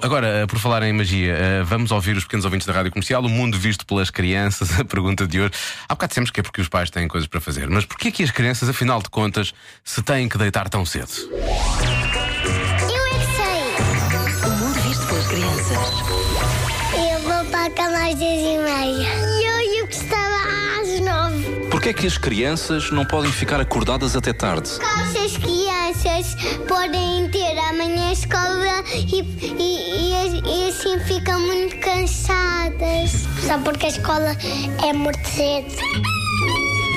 Agora, eh, por falar em magia, eh, vamos ouvir os pequenos ouvintes da rádio comercial, o mundo visto pelas crianças. A pergunta de hoje. Há bocado dissemos que é porque os pais têm coisas para fazer, mas porquê que as crianças, afinal de contas, se têm que deitar tão cedo? Eu é que sei. O mundo visto pelas crianças. Eu vou para a cama às 10 e meia. E eu, eu que estava às 9. Porquê é que as crianças não podem ficar acordadas até tarde? Porque as crianças podem ter amanhã a escola e, e, e as- e assim ficam muito cansadas. Só porque a escola é muito cedo.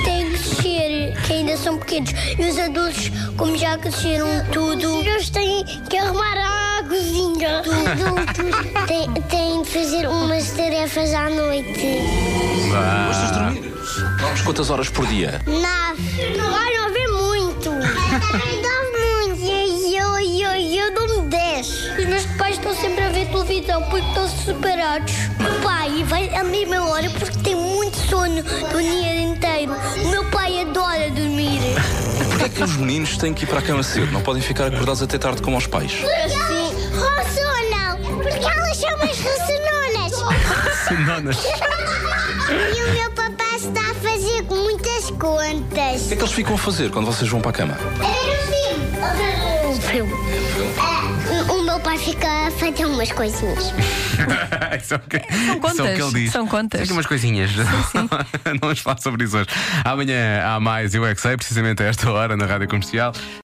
Tem que ser, que ainda são pequenos. E os adultos, como já cresceram tudo. Eles têm que arrumar a cozinha. Os adultos têm, têm de fazer umas tarefas à noite. Gostas de dormir? Dormes quantas horas por dia? Nove. Vai chover muito. Dorme muito. E eu, e eu, e eu dou-me dez. Os meus pais estão sempre a ver televisão porque estão separados. Meu pai vai à mesma hora porque tem muito sono do dia inteiro. O meu pai adora dormir. Porquê é que os meninos têm que ir para a cama cedo? Não podem ficar acordados até tarde como os pais? Assim. Ressonam. Porque elas são mais ressononas. Nonas. e o meu papá está a fazer muitas O contas. que é que eles ficam a fazer quando vocês vão para a cama? um Era o filme. Ah, o meu pai fica a fazer umas coisinhas. São, é que, É, contas, o que ele diz. são contas. São aqui umas coisinhas. não vamos falar sobre isso hoje. Amanhã há mais Eu é que sei, precisamente a esta hora, na rádio comercial.